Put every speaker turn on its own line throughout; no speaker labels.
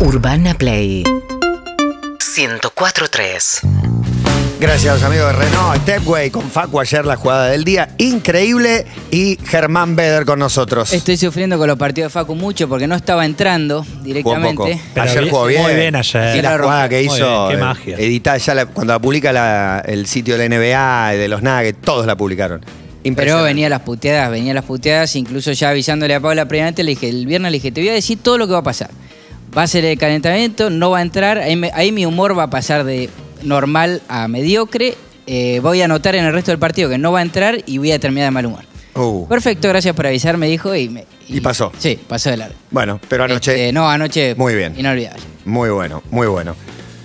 Urbana Play 104.3
Gracias, amigos de Renault. Stepway con Facu ayer la jugada del día. Increíble. Y Germán Beder con nosotros.
Estoy sufriendo con los partidos de Facu mucho porque no estaba entrando
Jugó un poco.
directamente.
Pero
ayer
bien-
jugó bien.
muy bien ayer.
Y la
Claro.
jugada que
Muy
hizo.
bien, qué
eh,
magia.
editada ya la- cuando la publica la- el sitio de la NBA, de los Nuggets, todos la publicaron.
Pero
Impresionante.
venía las puteadas, venía las puteadas, incluso ya avisándole a Paula previamente, le dije, el viernes le dije, te voy a decir todo lo que va a pasar. Va a ser el calentamiento, no va a entrar, ahí, me- ahí mi humor va a pasar de normal a mediocre, eh, voy a anotar en el resto del partido que no va a entrar y voy a terminar de mal humor.
Uh,
Perfecto, gracias por avisarme, dijo, y, me-
Y pasó.
Sí, pasó de largo.
bueno, pero anoche.
Este, no, anoche.
Muy bien.
Inolvidable.
Muy bueno, muy bueno.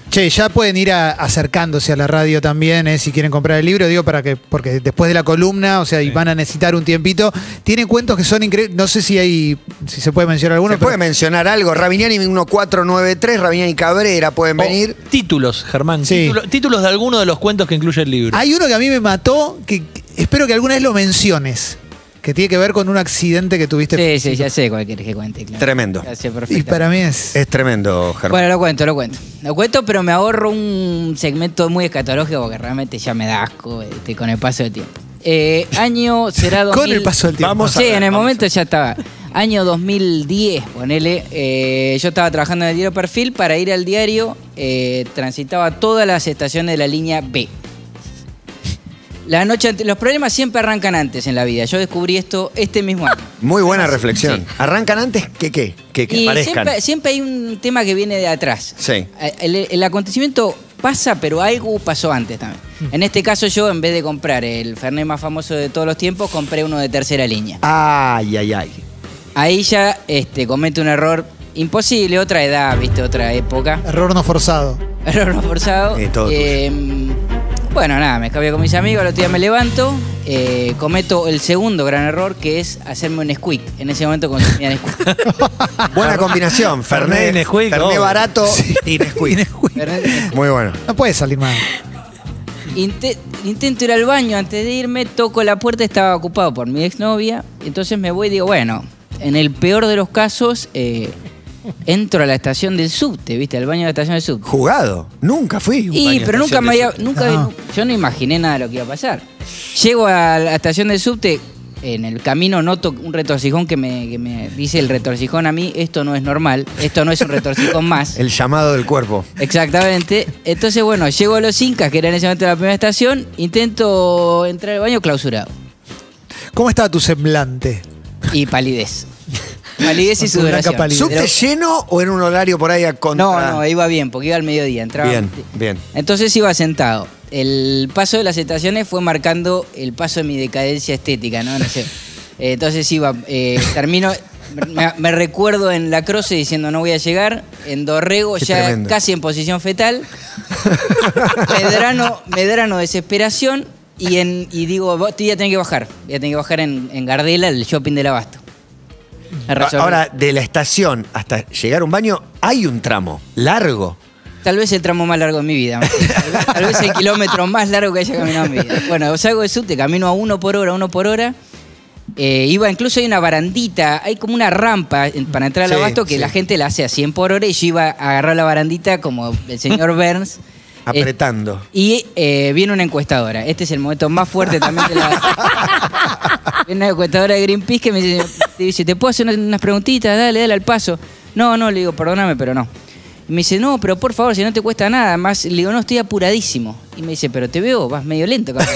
Che, ya pueden ir a- acercándose a la radio también, eh, si quieren comprar el libro, digo para que, porque después de la columna, o sea, y van a necesitar un tiempito. Tiene cuentos que son increíbles. No sé si hay, si se puede mencionar alguno,
¿Se puede
pero-
mencionar algo? Rabiniani 1493, Rabiniani Cabrera pueden
Oh.
O
venir.
Títulos, Germán.
Sí.
título- títulos de alguno de los cuentos que incluye el libro.
hay uno que a mí me mató, que que espero que alguna vez lo menciones, que tiene que ver con un accidente que tuviste.
Sí, sí, ya sé cuál querés que cuente. claro.
Tremendo.
Ya sé
Y
perfectamente.
para mí es.
Es tremendo, Germán.
Bueno, lo cuento, lo cuento. Lo cuento, pero me ahorro un segmento muy escatológico porque realmente ya me da asco este, con el paso del tiempo. Eh, año será 2000...
Con el paso del tiempo.
Vamos a
sí,
ver,
en el
vamos
momento ya estaba. Año 2010, ponele. eh, yo estaba trabajando en el diario Perfil. Para ir al diario, eh, transitaba todas las estaciones de la línea B. La noche ante- Los problemas siempre arrancan antes en la vida. Yo descubrí esto este mismo año.
Muy buena
Sí.
reflexión. ¿Arrancan antes que qué? Que, que
Y
aparezcan.
siempre, siempre hay un tema que viene de atrás. Eh,
Sí.
El, el acontecimiento pasa, pero algo pasó antes también. En este caso yo, en vez de comprar el Fernet más famoso de todos los tiempos, compré uno de tercera línea.
Ay, ay, ay.
Ahí ya este, comete un error imposible, otra edad, viste, otra época.
Error no forzado.
Error no forzado. Em,
Eh, todo tuyo.
bueno, nada, me escapé con mis amigos, al otro día me levanto, eh, cometo el segundo gran error, que es hacerme un squeak. En ese momento consumía Nesquik.
Buena combinación.
Fernet
Fernet,
y Nesquik,
Fernet
obvio.
barato y Nesquik.
Fernet y Nesquik.
Muy bueno.
No puede salir mal.
Inte- intento ir al baño antes de irme, toco la puerta, estaba ocupado por mi exnovia, entonces me voy y digo, bueno, en el peor de los casos, eh, entro a la estación del subte, ¿viste? Al baño de la estación del subte.
Jugado. Nunca fui. un baño
Y,
de
pero nunca
estación
me
de
había,
subte. Ah.
nunca,
No.
yo no imaginé nada de lo que iba a pasar. Llego a la estación del subte, en el camino noto un retorcijón que me, que me dice el retorcijón a mí, esto no es normal, esto no es un retorcijón más.
El llamado del cuerpo.
Exactamente. Entonces, bueno, llego a los Incas, que era en ese momento la primera estación, intento entrar al baño clausurado.
¿Cómo estaba tu semblante?
Y palidez. Palidez y
Con tu blanca
sudoración.
palidez.
¿Subte
Pero-
lleno o en un horario por ahí a contra?
No, no, iba bien, porque iba al mediodía, entraba.
Bien, bien.
Entonces iba sentado. El paso de las estaciones fue marcando el paso de mi decadencia estética, ¿no? No sé. Eh, Entonces iba, eh, termino, me- me recuerdo en la croce diciendo no voy a llegar, en Dorrego
Qué
ya
tremendo.
casi en posición fetal, medrano, medrano desesperación y, en, y digo, "Vos te voy a tener que bajar, voy a tener que bajar en, en Gardela, el shopping del Abasto. A resolver.
Ahora, de la estación hasta llegar a un baño, hay un tramo largo.
Tal vez el tramo más largo de mi vida. Tal vez el kilómetro más largo que haya caminado en mi vida. Bueno, salgo de subte, camino a uno por hora, uno por hora. Eh, iba, incluso hay una barandita, hay como una rampa en- para entrar al
Sí,
abasto que
sí.
la gente la hace a 100 por hora y yo iba a agarrar la barandita como el señor Burns. Eh,
Apretando.
y eh, viene una encuestadora. Este es el momento más fuerte también de la. viene una encuestadora de Greenpeace que me dice, te dice, ¿te puedo hacer unas- unas preguntitas? Dale, dale al paso. No, no, le digo, perdóname, pero no. Y me dice, no, pero por favor, si no te cuesta nada. Más, le digo, no, estoy apuradísimo. Y me dice, pero te veo, vas medio lento. cabrón".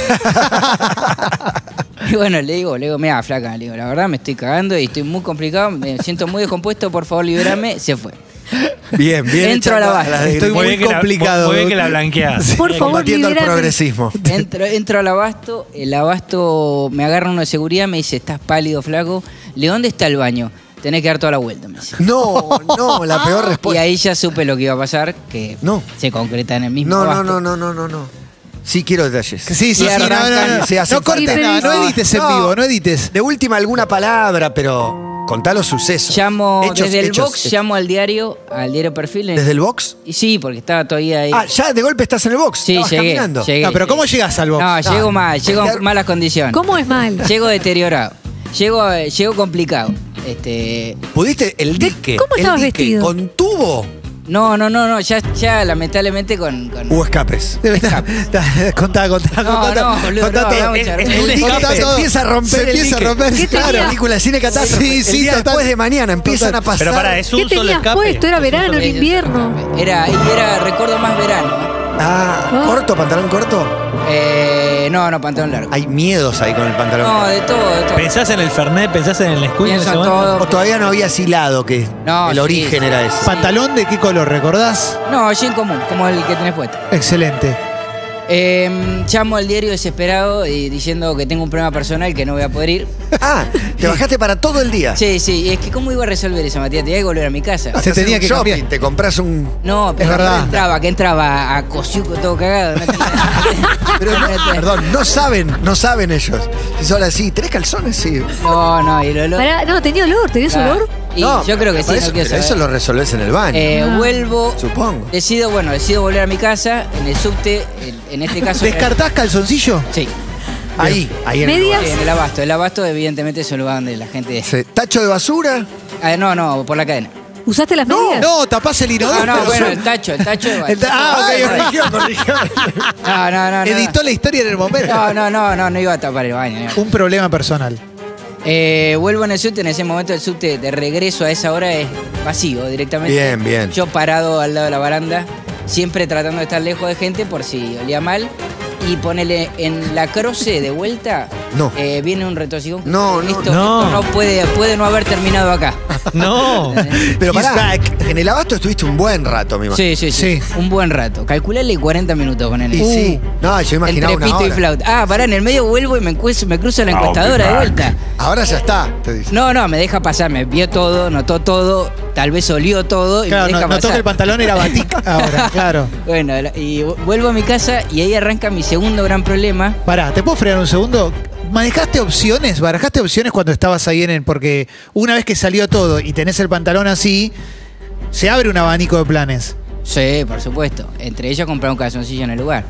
y bueno, le digo, le digo, mira, flaca, le digo, la verdad me estoy cagando y estoy muy complicado, me siento muy descompuesto, por favor, libérame. Se fue.
Bien, bien.
Entro a la baja.
Estoy muy,
bien que la-
complicado.
muy bien que la blanqueás.
Por favor, Combatiendo el progresismo.
Entro, entro al abasto, el abasto me agarra uno de seguridad, me dice, estás pálido, flaco. Le digo, ¿dónde está el baño? Tenés que dar toda la vuelta, me dice.
No, no, la peor
Y
respuesta.
ahí ya supe lo que iba a pasar, que
Ah, pues. No.
se concreta en el mismo
No, no,
abasto.
no, no, no, no, no. Sí quiero detalles.
Sí, sí, sí,
Y
no, no, no,
arrancan,
no.
se hacen
No cortes
falta.
nada, no edites en
No.
vivo, no edites.
De última alguna palabra, pero contá los sucesos.
Llamo
Hechos,
desde el
hechos,
box,
hechos.
llamo al diario, al diario Perfil.
¿Desde el box?
Y sí, porque estaba todavía ahí.
Ah, ya de golpe estás en el box.
sí,
Estabas
llegué,
caminando.
llegué,
No, pero ¿cómo
llegué.
llegas al box?
No,
No.
llego mal, llego
Claro.
en malas condiciones.
¿Cómo es mal?
Llego deteriorado. Llego, eh, llego complicado. Este,
¿Pudiste el dique?
¿Cómo
el
estabas
dique
vestido?
Con tubo.
No, no, no, no, ya, ya lamentablemente con. con-
U escapes.
Debe estar. está- Contá, contá,
No,
contá.
no, boludo,
contá
no,
todo.
hagamos
Es-
charlar.
es
Es un
un
escape,
contá
se
todo.
empieza a romper
Se
el
empieza a
dique.
romper.
¿Qué
claro.
tenía?
Película de cine catástrofe.
Sí, sí,
el día
total.
después de mañana empiezan
Total.
a pasar.
Pero pará, es
¿Qué
un solo
tenías
escape.
puesto?
Es
¿Era
un
verano,
solo-
era invierno?
Era, y era, recuerdo más verano.
Ah,
Ah.
corto, pantalón corto.
Eh, no, no, pantalón largo.
Hay miedos ahí con el pantalón.
No, de todo, de todo.
¿Pensás en el Fernet? ¿Pensás en el Escudo?
Pienso en todo.
O todavía no habías hilado que
No,
el
sí.
origen era ese.
¿Pantalón de qué color? ¿Recordás?
No, jean común, como el que tenés puesto.
Excelente.
Eh, llamo al diario desesperado y diciendo que tengo un problema personal que no voy a poder ir.
Ah, te bajaste para todo el día.
Sí, sí, y es que ¿cómo iba a resolver eso, Matías? Tenía que volver a mi casa.
Se
Hacer
tenía
un
que
shopping,
cambiar.
Te compras un.
No, pero
verdad.
que entraba, que entraba a Cosiuco todo cagado. no tenía-
Pero no- perdón, no saben, no saben ellos. Si son así, ¿tres calzones? Sí.
No, no, y el olor.
Pará, no, tenía olor, ¿tenías
Ah,
olor?
Y
No,
yo creo que sí,
pero Eso,
no quiero
pero eso
saber.
lo resolvés en el baño.
Eh, Vuelvo.
Supongo.
Decido, bueno, decido volver a mi casa, en el subte, en, en este caso.
¿Descartás calzoncillo?
Sí,
ahí, ahí en el
Medias.
en el abasto. El abasto, evidentemente, es un lugar donde la gente.
lugar. Sí. Tacho de basura.
Ah, no, no, por la cadena.
¿Usaste las medias?
No, tapás el
No,
inodoro.
no, bueno, el tacho, el tacho.
El ta- ah, ok, ok.
corrigió, corrigió.
No, no, no. no.
Editó la historia en el momento.
No, no, no, no, no iba a tapar el baño. no.
Un problema personal.
Eh, vuelvo en el subte, en ese momento el subte de regreso a esa hora es vacío directamente.
Bien, bien.
Yo parado al lado de la baranda, siempre tratando de estar lejos de gente por si olía mal. Y ponele en la croce de vuelta,
No.
eh, viene un retorcijón.
No, no,
Esto-
no.
esto no puede, puede no haber terminado acá.
No.
Pero
He's
pará, en el abasto estuviste un buen rato, mi imagino.
Sí, sí, sí,
Sí.
Un buen rato. Calculale 40 minutos con
Y
el.
sí.
Uh.
No, yo imaginaba una
Entre pito y
hora.
flauta. Ah, pará, en el medio vuelvo y me, encues- me cruzo la encuestadora de vuelta.
Ahora ya está, te dice.
No, no, me deja pasar, me vio todo, notó todo, tal vez olió todo y
Claro,
me
no,
deja
notó
pasar.
que el pantalón era batik ahora, claro.
Bueno, la- y vu- vuelvo a mi casa y ahí arranca mi segundo gran problema.
Pará, ¿te puedo frenar un segundo? ¿Manejaste opciones? ¿Barajaste opciones cuando estabas ahí en el.? Porque una vez que salió todo y tenés el pantalón así, se abre un abanico de planes.
Sí, por supuesto. Entre ellos comprar un calzoncillo en el lugar.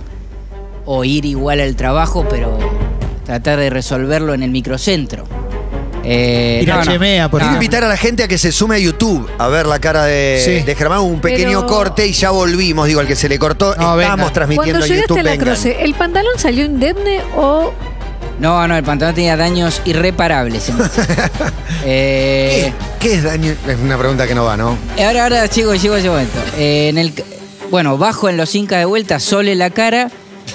O ir igual al trabajo, pero tratar de resolverlo en el microcentro. Eh,
Ir a
no, no.
Chemea, por
Quiero
ejemplo.
invitar a la gente a que se sume a YouTube a ver la cara de,
Sí.
de Germán, un pequeño
Pero-
corte y ya volvimos. Digo, al que se le cortó,
No,
estamos
vengan.
transmitiendo
Cuando
en
llegaste
YouTube.
a la
vengan.
cruce, ¿el pantalón salió indemne o
No, no, el pantalón tenía daños irreparables. en mi casa.
¿Qué,
Eh,
qué es daño? Es una pregunta que no va, ¿no?
ahora, ahora, chicos, llego a ese momento. Eh, en el, ca- bueno, bajo en los incas de vuelta, sol en la cara,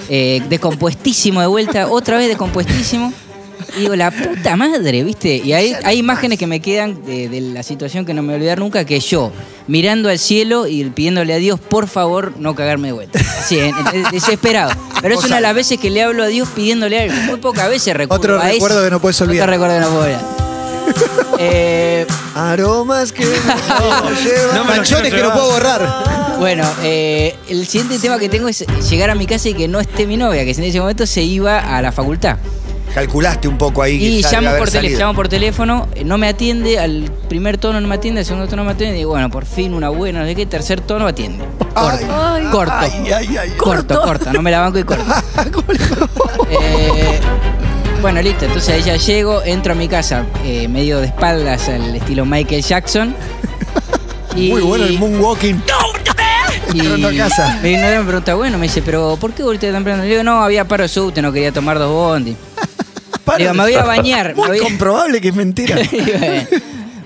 eh, descompuestísimo de vuelta, otra vez descompuestísimo. Y Digo, la puta madre, ¿viste? Y hay, hay imágenes que me quedan de, de la situación que no me voy a olvidar nunca, que yo mirando al cielo y pidiéndole a Dios, por favor, no cagarme de vuelta. Así, en- en- desesperado. Pero es una de las veces que le hablo a Dios pidiéndole algo. Muy pocas veces recuerdo.
Otro recuerdo que no puedes olvidar.
Otro recuerdo que no puedo olvidar. Eh,
Aromas que no llevan.
No me lo
Manchones
quiero llevar.
que no puedo borrar.
Bueno, eh, el siguiente tema que tengo es llegar a mi casa y que no esté mi novia, que en ese momento se iba a la facultad.
Calculaste un poco ahí.
Y
quizá de
llamo
haber
por, tele-
salido.
llamo por teléfono, eh, no me atiende, al primer tono no me atiende, al segundo tono no me atiende, y digo, bueno, por fin una buena, no sé qué, tercer tono atiende. Corto,
Ay.
corto,
Ay, ay, ay.
corto, corto, no me la banco y corto. Eh, bueno, listo, entonces ahí ya llego, entro a mi casa, eh, medio de espaldas al estilo Michael Jackson. Y-
Muy bueno el moonwalking.
y
Entrando a casa.
Me ignoró, me pregunta, bueno, me dice, pero ¿por qué volviste temprano? Le digo, no, había paro de subte, no quería tomar dos bondi.
Para
Digo,
de-
me voy a bañar.
Muy
me, voy
comprobable que es mentira.
a...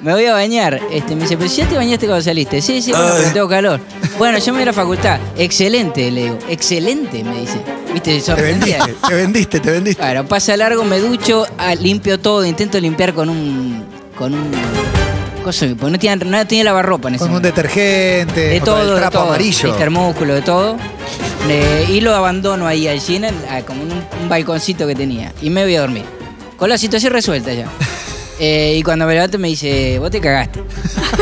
me voy a bañar. Este, me dice, pero si ya te bañaste cuando saliste. Sí, sí, bueno, pero tengo calor. Bueno, yo me voy a la facultad. Excelente, le digo. Excelente, me dice. Viste,
Te
sorprendida.
vendiste, te vendiste, te vendiste.
Claro, pasa largo, me ducho, ah, limpio todo, intento limpiar con un. con un. Cosa, porque no tenía, no tenía lavarropa en ese
Con un
momento.
detergente.
De
Con el
todo, de
Eh, trapo
todo. Este
amarillo.
Mister Músculo, de todo. Eh, y lo abandono ahí al cine, a- como en un, un balconcito que tenía. Y me voy a dormir. Con la situación resuelta ya. Eh, y cuando me levanto me dice, vos te cagaste.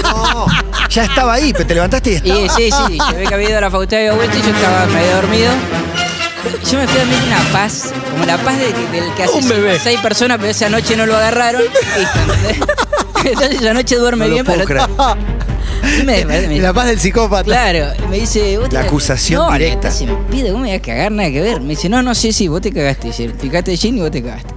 No, ya estaba ahí, pero te levantaste y
Y
estaba.
eh, sí, sí, yo había que había ido a la facultad, había vuelto y yo estaba, me había dormido. Yo me fui a dormir con una paz, como la paz de que- del que hace
Un bebé.
seis personas, pero esa noche no lo agarraron. Listo, ¿entendés? Entonces esa noche duerme
No lo
bien,
puedo
pero Y me desperté, me dice,
La paz del psicópata.
Claro, me dice. ¿vos te
La
cagaste?
acusación
no,
directa.
Se me pide, ¿cómo me voy a cagar? Nada que ver. Me dice, no, no, sí, sí, vos te cagaste. Dice, fíjate, Jin, y vos te cagaste.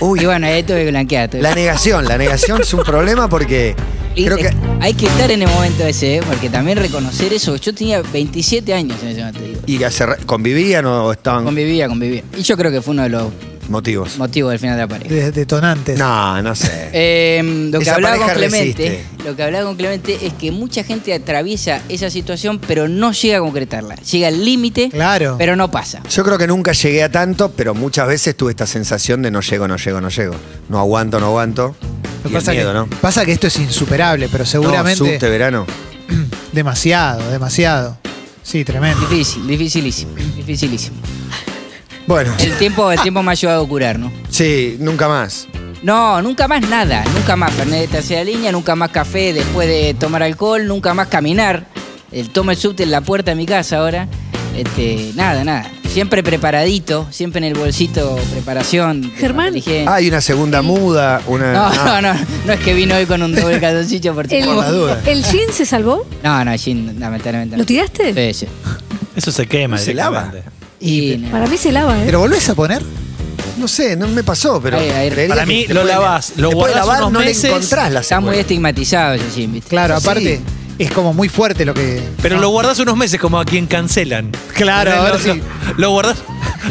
Uy.
Y bueno, ahí tuve que blanquear. tuve-
La negación, la negación es un problema porque
Y
creo que
es- Hay que estar en el momento ese, ¿eh? porque también reconocer eso. Yo tenía 27 años en ese momento. digo.
y hace re- convivían o estaban
Convivía, convivía. Y yo creo que fue uno de los
motivos.
motivos del final de la pareja.
de- detonantes.
No, no sé.
Eh, lo que
Esa
hablaba con
pareja
Clemente,
resiste.
lo que hablaba con Clemente es que mucha gente atraviesa esa situación, pero no llega a concretarla. Llega al límite,
Claro.
pero no pasa.
Yo creo que nunca llegué a tanto, pero muchas veces tuve esta sensación de no llego, no llego, no llego. No aguanto, no aguanto.
Lo
Y
que
el
pasa,
miedo,
que,
¿no?
pasa que esto es insuperable, pero seguramente
No, subte, verano.
demasiado, demasiado. Sí, tremendo.
Difícil, dificilísimo, dificilísimo.
Bueno,
El tiempo, el tiempo me ha ayudado a curar, ¿no?
sí, nunca más.
No, nunca más nada, nunca más Fernet de tercera línea, nunca más café después de tomar alcohol, nunca más caminar. El toma el subte en la puerta de mi casa ahora. Este, nada, nada. Siempre preparadito, siempre en el bolsito preparación.
Germán.
inteligente.
Hay una segunda muda, una.
Eh. No,
ah,
no, no, no es que vino hoy con un doble calzoncillo por
El,
si-
la duda.
el jean se salvó.
No, no, Jin, lamentablemente. no.
¿Lo tiraste?
Sí, sí.
Eso se quema.
Se lava.
directamente.
Y, no.
Para mí se lava, ¿eh?
¿Pero volvés a poner?
no sé, no me pasó, pero.
Ay, ay,
creería
para
que
mí
te
lo
puede-
lavás, lo
te puede
guardás
lavar,
unos
no
meses,
le encontrás la
Está muy
secuela.
estigmatizado ese Jin, ¿viste?
Claro,
Sí.
aparte es como muy fuerte lo que.
Pero
no.
lo guardás unos meses como a quien cancelan.
Claro, a
Lo-
ver
lo,
si-
lo guardás,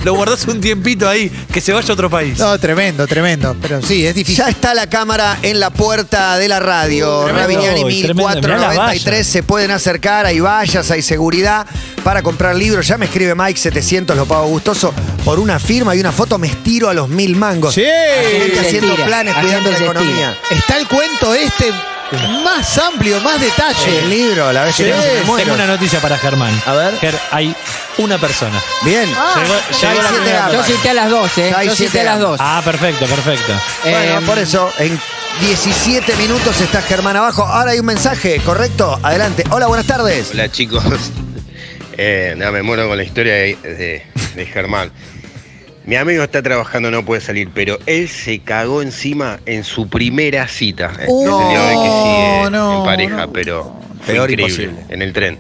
lo guardás un tiempito ahí, que se vaya a otro país.
No, tremendo, tremendo. Pero sí, es difícil.
Ya está la cámara en la puerta de la radio.
Tremendo,
Ravignani
uy, tremendo. Mirá las
1493.
vallas.
Se pueden acercar, hay vallas, hay seguridad para comprar libros. Ya me escribe Mike 700, lo pago gustoso. Por una firma y una foto me estiro a los mil mangos.
Sí.
Gente
se
haciendo
estira,
planes,
la
cuidando la
gente se
economía.
Está el cuento este más amplio, más
El
detalle.
libro, la vez que
Tenemos-
tenemos, me
tengo
muero.
una noticia para Germán.
A ver.
Ger, hay una persona.
Bien.
Llegó-
ya
llegó la
hay siete
primera.
Yo
gambas.
cité a las dos, ¿eh?
Ya hay
Yo
siete
cité a las
gambas.
dos.
Ah, perfecto, perfecto.
Bueno,
eh,
Em,
por eso, en 17 minutos está Germán abajo. Ahora hay un mensaje, correcto. Adelante. Hola, buenas tardes.
Hola chicos. Eh, nada, me muero con la historia de, de- de Germán. Mi amigo está trabajando, no puede salir, pero él se cagó encima en su primera cita. Eh,
Oh,
se enteró de que sigue
no,
en pareja,
no.
pero fue
Peor
increíble,
imposible.
en el tren.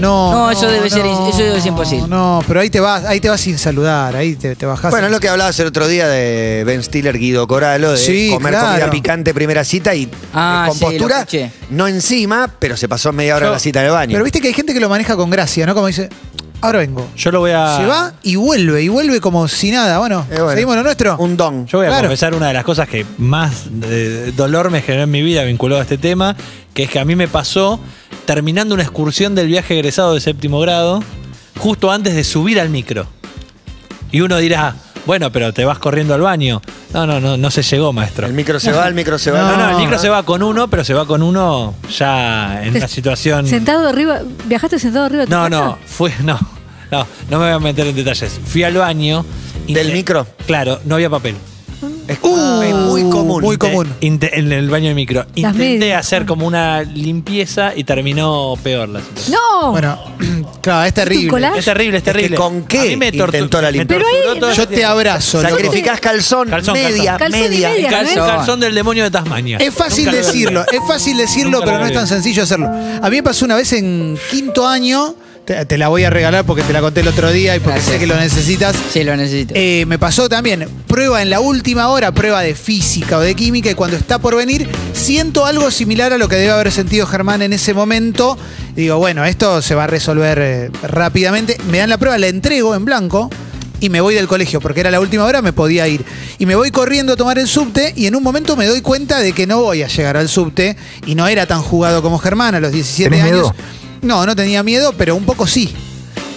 No,
No, eso debe ser- eso debe ser imposible.
No, pero ahí te vas, ahí te vas sin saludar, ahí te, te bajás.
Bueno, es lo que hablabas el otro día de Ben Stiller, Guido Coralo, de
Sí,
comer
claro.
comida picante primera cita y
Ah,
eh, con
sí, lo
postura,
escuché.
no encima, pero se pasó media hora
Yo-
de la cita en el baño.
Pero viste que hay gente que lo maneja con gracia, ¿no? Como dice, ahora vengo.
Yo lo voy a.
Se va y vuelve, y vuelve como si nada. Bueno,
Ah. Eh, bueno,
seguimos lo nuestro.
Un don.
Yo voy a
Claro.
confesar una de las cosas que más eh, dolor me generó en mi vida vinculado a este tema, que es que a mí me pasó terminando una excursión del viaje egresado de séptimo grado, justo antes de subir al micro. Y uno dirá, bueno, pero te vas corriendo al baño. No, no, no, no se llegó, maestro.
El micro se va, el micro se va.
No, no, el micro se va con uno, pero se va con uno ya en una situación.
Sentado arriba. ¿Viajaste sentado arriba? de tu
No,
casa?
no, fue, no, no, no me voy a meter en detalles. Fui al baño.
¿Del micro?
Claro, no había papel.
Es es muy común. ¿eh?
Muy
Inte-
común.
inte- en el baño de micro. Intenté
medias.
hacer como una limpieza y terminó peor la situación.
¡No!
Bueno, claro, es
¿Es un
terrible.
collage?
Es terrible, es
Es que
terrible.
¿con qué
A mí me tortu-
intentó la
me
limpieza?
Pero
torturó
ahí-
todo
Yo
ese
te abrazo, loco.
Sacrificás calzón,
Calzón,
media,
calzón. Calzón y
media.
media.
calzón,
¿no?
calzón del demonio de Tasmania.
Es fácil
Nunca lo
decirlo,
olvidé.
es fácil decirlo,
Nunca
pero
lo
no es
olvidé.
tan sencillo hacerlo. A mí me pasó una vez en quinto año, te, te la voy a regalar porque te la conté el otro día y porque
Gracias.
sé que lo necesitas.
Sí, lo necesito.
Eh, me pasó también prueba en la última hora, prueba de física o de química, y cuando está por venir, siento algo similar a lo que debe haber sentido Germán en ese momento. Digo, bueno, esto se va a resolver eh, rápidamente. Me dan la prueba, la entrego en blanco. Y me voy del colegio, porque era la última hora, me podía ir. Y me voy corriendo a tomar el subte y en un momento me doy cuenta de que no voy a llegar al subte. Y no era tan jugado como Germán a los 17
¿Tenés
años.
miedo?
No, no tenía miedo, pero un poco sí.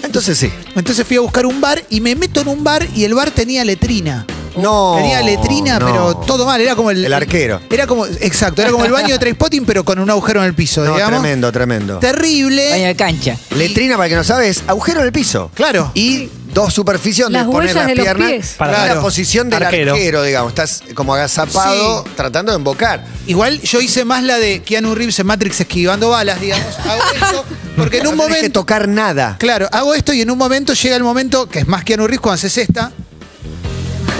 Entonces sí.
Entonces fui a buscar un bar y me meto en un bar y el bar tenía letrina.
No.
tenía letrina,
Oh, no.
pero todo mal. Era como el.
El arquero.
Era como. Exacto, era como el baño de Trainspotting, pero con un agujero en el piso,
No,
digamos.
tremendo, tremendo.
Terrible.
Baño de cancha.
Letrina, para el que no sabe, es agujero en el piso.
Claro.
Y dos superficies donde
Las
poner
huellas
las
de los
piernas.
pies.
Para
Claro.
la posición del arquero.
Arquero.
digamos. Estás como agazapado,
Sí.
tratando de embocar.
Igual yo hice más la de Keanu Reeves en Matrix esquivando balas, digamos. Hago esto, porque en un
no tenés que
momento.
tocar nada.
Claro, hago esto y en un momento llega el momento, que es más Keanu Reeves, cuando haces esta.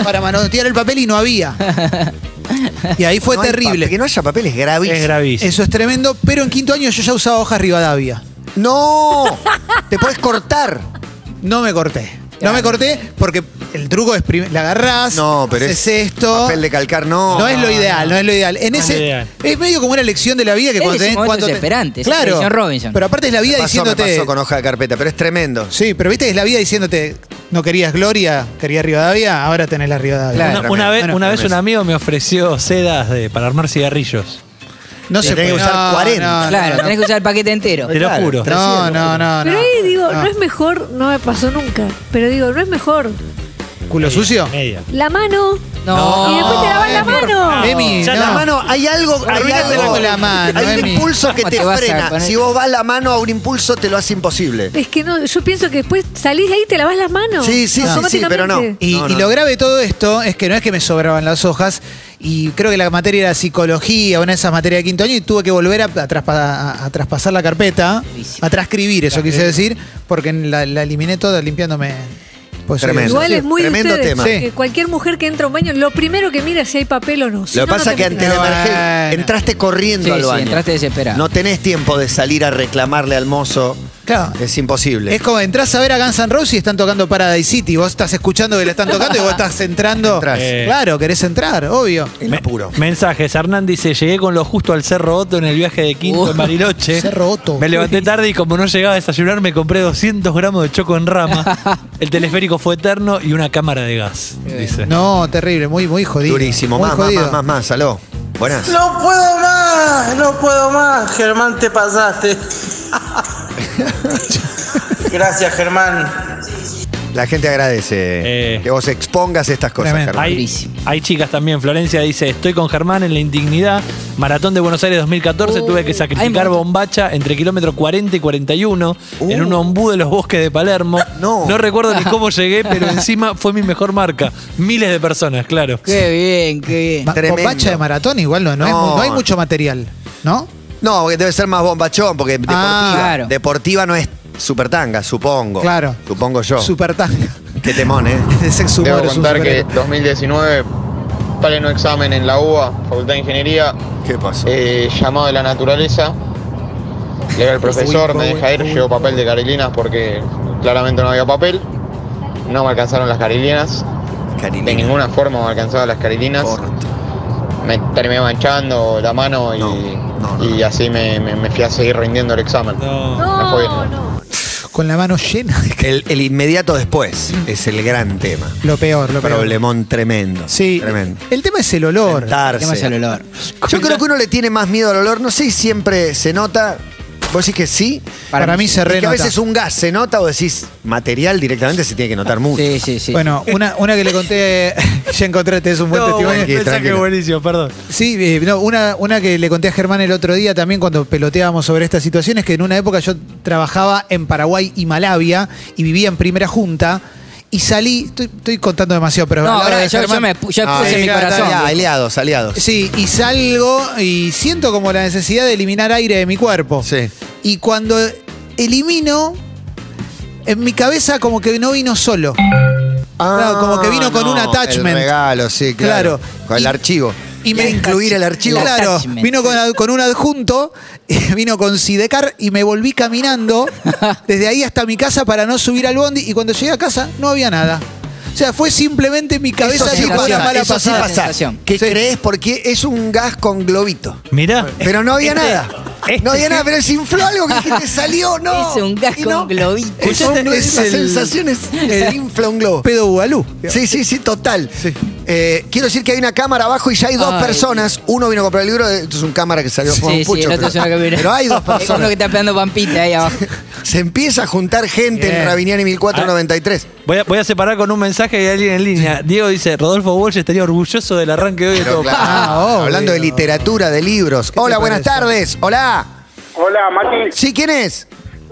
Para manotear el papel y no había. Y ahí fue
No hay
terrible.
papel. Que no haya papel es
Es
gravísimo.
gravísimo.
Eso es tremendo, pero en quinto año yo ya usaba hojas Rivadavia.
no, te puedes cortar.
Ah. No me corté. No me corté porque el truco es prim- la agarrás,
No, pero
haces
es
esto.
Papel de calcar, no.
No, es lo ideal, no es lo ideal. En
No es
ese,
lo ideal.
es medio como una lección de la vida que
Es
cuando tenés.
desesperante,
Cuando te-
desesperante, es
claro.
Expedición Robinson.
Pero aparte es la vida
Me pasó, me
diciéndote.
pasó con hoja de carpeta, pero es tremendo.
Sí, pero viste, es la vida diciéndote, no querías gloria, querías Rivadavia, ahora tenés la Rivadavia.
Claro.
Una, una vez,
Bueno,
una vez un
tremendo.
amigo me ofreció sedas de, para armar cigarrillos.
No
Tenés que usar 40.
Claro, tenés que usar el paquete entero.
Te lo
Claro,
juro.
No, no, no, no.
Pero ahí digo,
no.
no es mejor, no me pasó nunca, pero digo, no es mejor
¿Culo sucio?
Media.
la mano
No.
y después te lavas la
Emi,
mano.
Emi,
Ya
no.
la mano, hay algo, hay
Arruinatela
algo-
con la mano,
hay un
Emi.
impulso que
¿Cómo
te,
te vas a
frena.
poner?
Si vos vas la mano a un impulso, te lo hace imposible.
Es que no, yo pienso que después salís de ahí y te lavas las manos.
Sí, sí, sí, sí, pero no.
Automáticamente.
Y,
No,
y
no.
lo grave de todo esto es que no es que me sobraban las hojas, y creo que la materia era psicología, una de esas materias de quinto año, y tuve que volver a, a traspa- a- a traspasar la carpeta,
Durísimo.
a transcribir, eso quise decir, porque la, la eliminé toda limpiándome. Pues,
Tremendo.
sí,
Igual es muy de
Tremendo
ustedes,
tema.
Sí.
que cualquier mujer que entra a un baño, lo primero que mira es si hay papel o no. Si
Lo
no,
que pasa
no
es que
te
antes
metes.
de
Bueno.
emerger, entraste corriendo
Sí,
al
sí,
baño.
entraste desesperado.
No tenés tiempo de salir a reclamarle al mozo.
Claro.
Es imposible.
Es como entras a ver a Guns N' Roses y están tocando Paradise City. Vos estás escuchando que la están tocando y vos estás entrando.
Entrás.
Eh.
Claro, querés entrar, obvio.
el apuro.
Mensajes. Hernán dice, llegué con lo justo al Cerro Otto en el viaje de Quinto
Uh.
en Bariloche.
Cerro Otto.
Me levanté tarde y como no llegaba a desayunar, me compré 200 gramos de choco en rama. El teleférico fue eterno y una cámara de gas, dice.
No, terrible, muy, muy jodido.
Durísimo.
Muy
Más, más,
jodido.
más, más, más. Aló. Buenas.
No puedo más, no puedo más, Germán, te pasaste. Gracias, Germán.
La gente agradece
Eh.
que vos expongas estas cosas,
Tremendo.
Germán.
Hay,
Durísimo.
hay chicas también. Florencia dice, estoy con Germán en la indignidad. Maratón de Buenos Aires 2014,
Uh,
tuve que
hay
sacrificar
maratón.
bombacha entre kilómetros 40 y 41
Uh.
en un ombú de los bosques de Palermo.
No.
recuerdo ni cómo llegué, pero encima fue mi mejor marca. Miles de personas, claro.
Qué bien, qué bien.
Ma-
Tremendo.
bombacha de maratón igual no, no, es
No.
mu- no hay mucho material, ¿no?
No, porque debe ser más bombachón, porque
Ah,
deportiva.
claro.
Deportiva no es super tanga, supongo.
Claro.
Supongo yo.
Super tanga.
Qué temón, ¿eh?
De sexo
Debo
humor es un
contar que
superhéroe.
2019, pleno examen en la UBA, Facultad de Ingeniería,
¿Qué pasó?
eh, llamado de la naturaleza. Le digo al profesor, me deja ir, llevo papel de carilinas porque claramente no había papel. No me alcanzaron las carilinas, de
Carilina.
ninguna forma me alcanzaron las carilinas.
Corto.
Me terminé manchando la mano y,
No, no, no.
y así me, me- me fui a seguir rindiendo el examen.
No.
Me fue bien.
No, no.
Con la mano llena de...
El, el inmediato después es el gran tema.
Lo peor, lo peor.
Problemón tremendo.
Sí.
Tremendo.
El tema es el olor.
Sentarse.
Llamas al olor.
Yo creo que uno le tiene más miedo al olor. No sé si siempre se nota. Vos decís que sí.
Para, mí se
Y que a
renota.
veces un gas se nota o decís material directamente se tiene que notar mucho.
Sí, sí, sí.
Bueno, una, una que le conté, ya encontré, es un buen testimonio.
Tranquilo,
mensaje
tranquilo.
buenísimo, perdón.
Sí, eh, no, una, una que le conté a Germán el otro día también cuando peloteábamos sobre esta situación es que en una época yo trabajaba en Paraguay y Malavia y vivía en primera junta y salí, estoy, estoy contando demasiado, pero...
No,
hablaba
ahora
de
yo, yo
Germán.
me pu- yo
Ah,
puse
sí,
mi
claro,
corazón.
Ya, aliados, aliados.
Sí, y salgo y siento como la necesidad de eliminar aire de mi cuerpo.
Sí.
Y cuando elimino, en mi cabeza como que no vino solo. Claro, como que vino con un attachment.
Ah, El regalo, sí, claro.
Claro.
Con el
Y-
archivo.
y me-
Quiere incluir el archivo.
Claro,
attachment.
vino con, ad- con un adjunto, vino con Sidecar y me volví caminando desde ahí hasta mi casa para no subir al bondi. Y cuando llegué a casa no había nada. O sea, fue simplemente mi cabeza
Eso sí
que tuvo
sensación,
una mala
eso sí
pasada.
pasa.
Sensación.
Que
Sí.
crees porque es un gas con globito.
Mirá.
Pero no había nada.
este-
no había nada, pero se infló algo que dijiste, salió, no.
Es un gas
Y
con
no.
globito.
Es un glo-
Es
la
el-
sensación es, se infla un globo.
Pedo Bugalú.
Sí, sí, sí, total. Eh, quiero decir que hay una cámara abajo y ya hay dos
Ay.
personas. Uno vino a comprar el libro, esto es un cámara que salió con
Sí,
un
sí,
pucho.
el otro
pero,
es una cabina.
pero hay dos
Es uno que
personas.
está pegando pampita ahí abajo.
Se empieza a juntar gente en Rabiniani 1493.
Voy a, voy a separar con un mensaje de alguien en línea. Diego dice, Rodolfo Walsh estaría orgulloso del arranque de hoy de
Pero
todo.
claro,
Ah, obvio.
hablando de literatura, de libros.
te
Hola, buenas
parece?
tardes. Hola.
Hola, Mati.
¿Sí, quién es?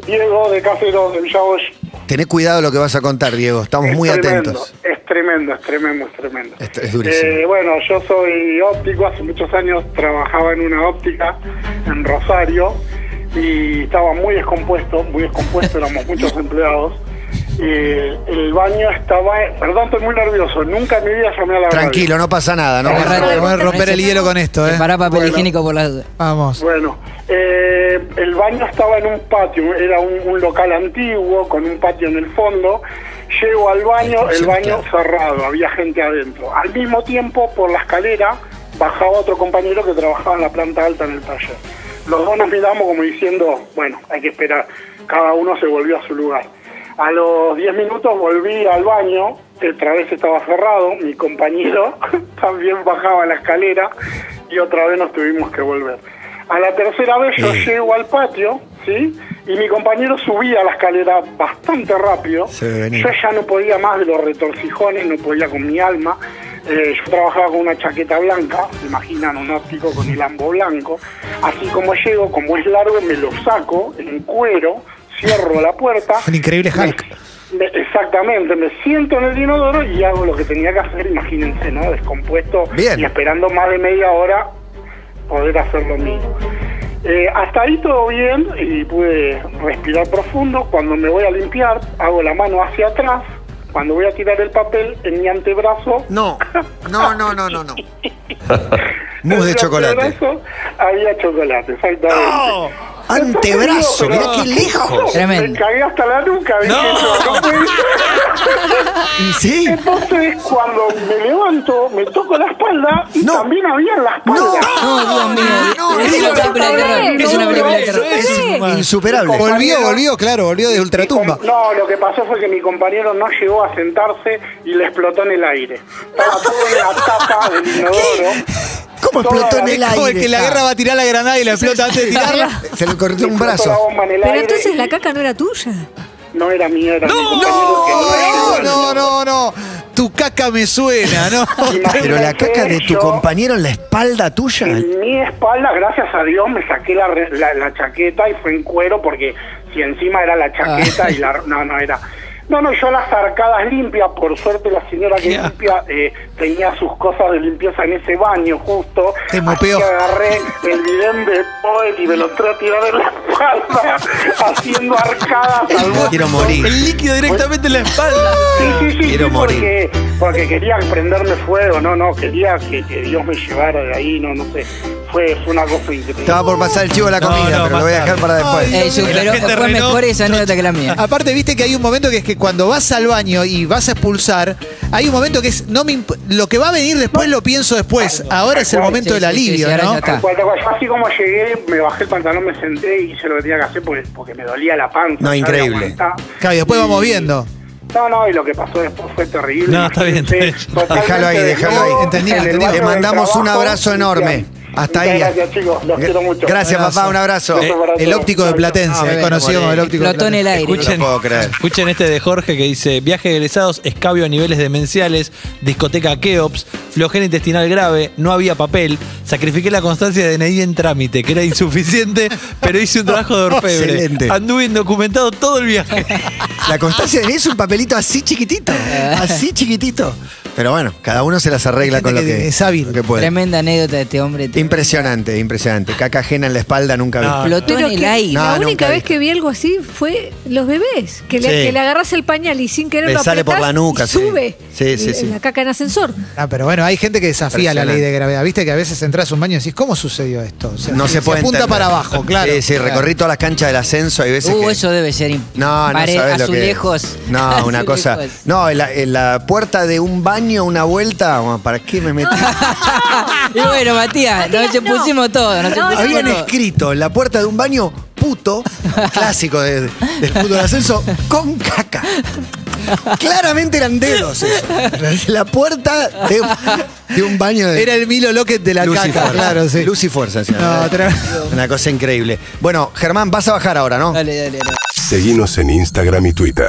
Diego de Caseros del Yaos.
Tené cuidado lo que vas a contar, Diego. Estamos muy atentos.
Es tremendo, es tremendo, es tremendo.
Es- es durísimo.
Eh, bueno, yo soy óptico, hace muchos años trabajaba en una óptica en Rosario y estaba muy descompuesto, muy descompuesto, éramos muchos empleados. eh, el baño estaba. Perdón, estoy muy nervioso. Nunca en mi vida llamé a la radio.
Tranquilo, no pasa nada, no pasa
Agarrate,
nada.
Vamos a romper el hielo con esto, ¿eh?
Separá papel
Bueno.
higiénico por las dudas.
Vamos.
Bueno, eh, el baño estaba en un patio, era un, un local antiguo con un patio en el fondo. Llego al baño, el baño cerrado, había gente adentro. Al mismo tiempo, por la escalera, bajaba otro compañero que trabajaba en la planta alta en el taller. Los dos nos miramos como diciendo, bueno, hay que esperar. Cada uno se volvió a su lugar. A los 10 minutos volví al baño, otra vez estaba cerrado, mi compañero también bajaba la escalera y otra vez nos tuvimos que volver. A la tercera vez yo llego al patio, ¿sí? Y mi compañero subía la escalera bastante rápido.
Se ve venir.
Yo ya no podía más de los retorcijones, no podía con mi alma. Eh, yo trabajaba con una chaqueta blanca, se imaginan un óptico con el ambo blanco. Así como llego, como es largo, me lo saco en cuero, cierro la puerta.
Un increíble Hulk.
Me- me- exactamente, me siento en el inodoro y hago lo que tenía que hacer, imagínense, ¿no? Descompuesto
Bien.
y esperando más de media hora poder hacer lo mismo. Eh, hasta ahí todo bien y pude respirar profundo. Cuando me voy a limpiar, hago la mano hacia atrás. Cuando voy a tirar el papel en mi antebrazo,
No, no, no, no, no, no.
en
Mousse
mi
de chocolate.
antebrazo había chocolate, exactamente.
¡No! Antebrazo, mirá qué lejos.
Me
Tremendo.
cagué hasta la nuca, dije, no, no puede ser.
Y sí.
Entonces, cuando me levanto, me toco la espalda y
No.
también había en la espalda.
No,
No, Dios mío.
No,
es
no,
una película de terror. Es una película de
Eso
terror.
es insuperable.
Volvió, volvió, claro, volvió de ultratumba.
No, lo que pasó fue que mi compañero no llegó a sentarse y le explotó en el aire. Estaba todo en la tapa del inodoro.
¿Cómo explotó en el
Es como el
aire?
que la guerra va a tirar la granada y la explota antes de tirarla.
Se le cortó un
Explotó La
brazo.
bomba en el
Pero
aire
entonces
y
la caca no era tuya.
No era mía, era mi compañero que no llegó
No,
al
no, no,
inodoro.
no. Tu caca me suena, ¿no?
Imagínate
Pero la caca de tu
yo
compañero en la espalda tuya.
En mi espalda, gracias a Dios, me saqué la, re- la, la chaqueta y fue en cuero porque si encima era la
Ah.
chaqueta y la... No, no era... No, no, yo las arcadas limpias, por suerte la señora que limpia eh, tenía sus cosas de limpieza en ese baño justo.
Te
Así
mopeó.
que agarré el bidén de Poet y me lo entré a tirar en la espalda haciendo arcadas al
Me quiero morir.
El líquido directamente en la espalda.
Sí, sí, sí,
Quiero
sí,
morir.
Porque, porque quería prenderme fuego, no, no, quería que, que Dios me llevara de ahí, no, no sé. Fue, fue una cosa increíble.
Estaba por pasar el chivo de la
No,
comida,
no,
pero lo voy a dejar para después.
Ay,
Ey,
Dios mío.
superó-
La gente
fue
arruinó.
mejor esa anécdota que la mía.
Aparte, viste que hay un momento que es que cuando vas al baño y vas a expulsar, hay un momento que es, no me imp- lo que va a venir después lo pienso después. Ahora es el momento
Sí,
del
sí, sí, sí,
alivio,
ahora ya
¿no?
está.
Cuando, yo así como llegué, me bajé el pantalón, me senté y hice lo que tenía que hacer porque, porque me dolía la panza.
No,
ya
increíble.
de aguantar.
Claro, y después
Y-
vamos viendo.
No, no, y lo que pasó después fue terrible.
No, está bien, está bien.
Totalmente
Déjalo ahí, déjalo ahí.
desnudo,
Entendí,
en el
entendí.
baño
Le
del
mandamos un
trabajo,
abrazo
y-
enorme. Hasta
Muchas
ahí.
Gracias, chicos. Los quiero mucho.
Gracias, papá. Un abrazo.
Beso para
Eh, El
todos.
óptico de
Chau, chau.
Platense,
Ah,
eh,
me
conocido como
enamoré.
el óptico de
Explotó en el
Platense.
aire.
No lo puedo creer.
escuchen este de Jorge que dice: Viaje de egresados, escabio a niveles demenciales, discoteca Keops, flojera intestinal grave, no había papel, sacrifiqué la constancia de DNI en trámite, que era insuficiente, pero hice un trabajo de orfebre.
Excelente.
Anduve indocumentado todo el viaje.
La constancia de es un papelito así chiquitito. Así chiquitito. Pero bueno, cada uno se las arregla
Ah. Hay
con lo
gente
que,
que es hábil.
lo que puede.
Tremenda anécdota de este hombre.
Impresionante, impresionante. Caca ajena en la espalda nunca vi.
No,
Explotó
Pero
en el
que
ah, No,
aire.
la
nunca
única vez
vi.
que vi algo así fue los bebés. Que le,
Sí.
que le agarras el pañal y sin querer
Le
lo
sale por
apretás
la nuca,
y
sí.
sube
Sí, sí,
el-
sí.
la caca en ascensor.
Ah, pero bueno, hay gente que desafía la ley de gravedad. Viste que a veces entras a un baño y decís, ¿cómo sucedió esto? O sea,
No se puede
apunta
entender.
para abajo, claro.
Sí, sí, recorrí todas las canchas del ascenso. Hay veces
Uh,
que-
eso debe ser imp-
No, no
pare-
sabes lo que.
azulejos.
No, una cosa.
Azulejos.
No, en la, en la puerta de un baño, una vuelta. bueno, ¿Para qué me metí?
Y bueno, Matías,
Matías,
nos se
no.
pusimos todo. Nos
No, no,
pusimos
Habían
no.
todo.
escrito en la puerta de un baño puto, clásico de- del puto del ascenso, con caca. Claramente eran dedos eso. La puerta de, de un baño de.
Era el Milo Lockett de la
Luz y
caca,
fuerza.
claro, sí.
Luz y fuerza, se llama.
No, tra-
Una cosa increíble. Bueno, Germán, vas a bajar ahora, ¿no?
Dale, dale, dale.
Seguimos en Instagram y Twitter.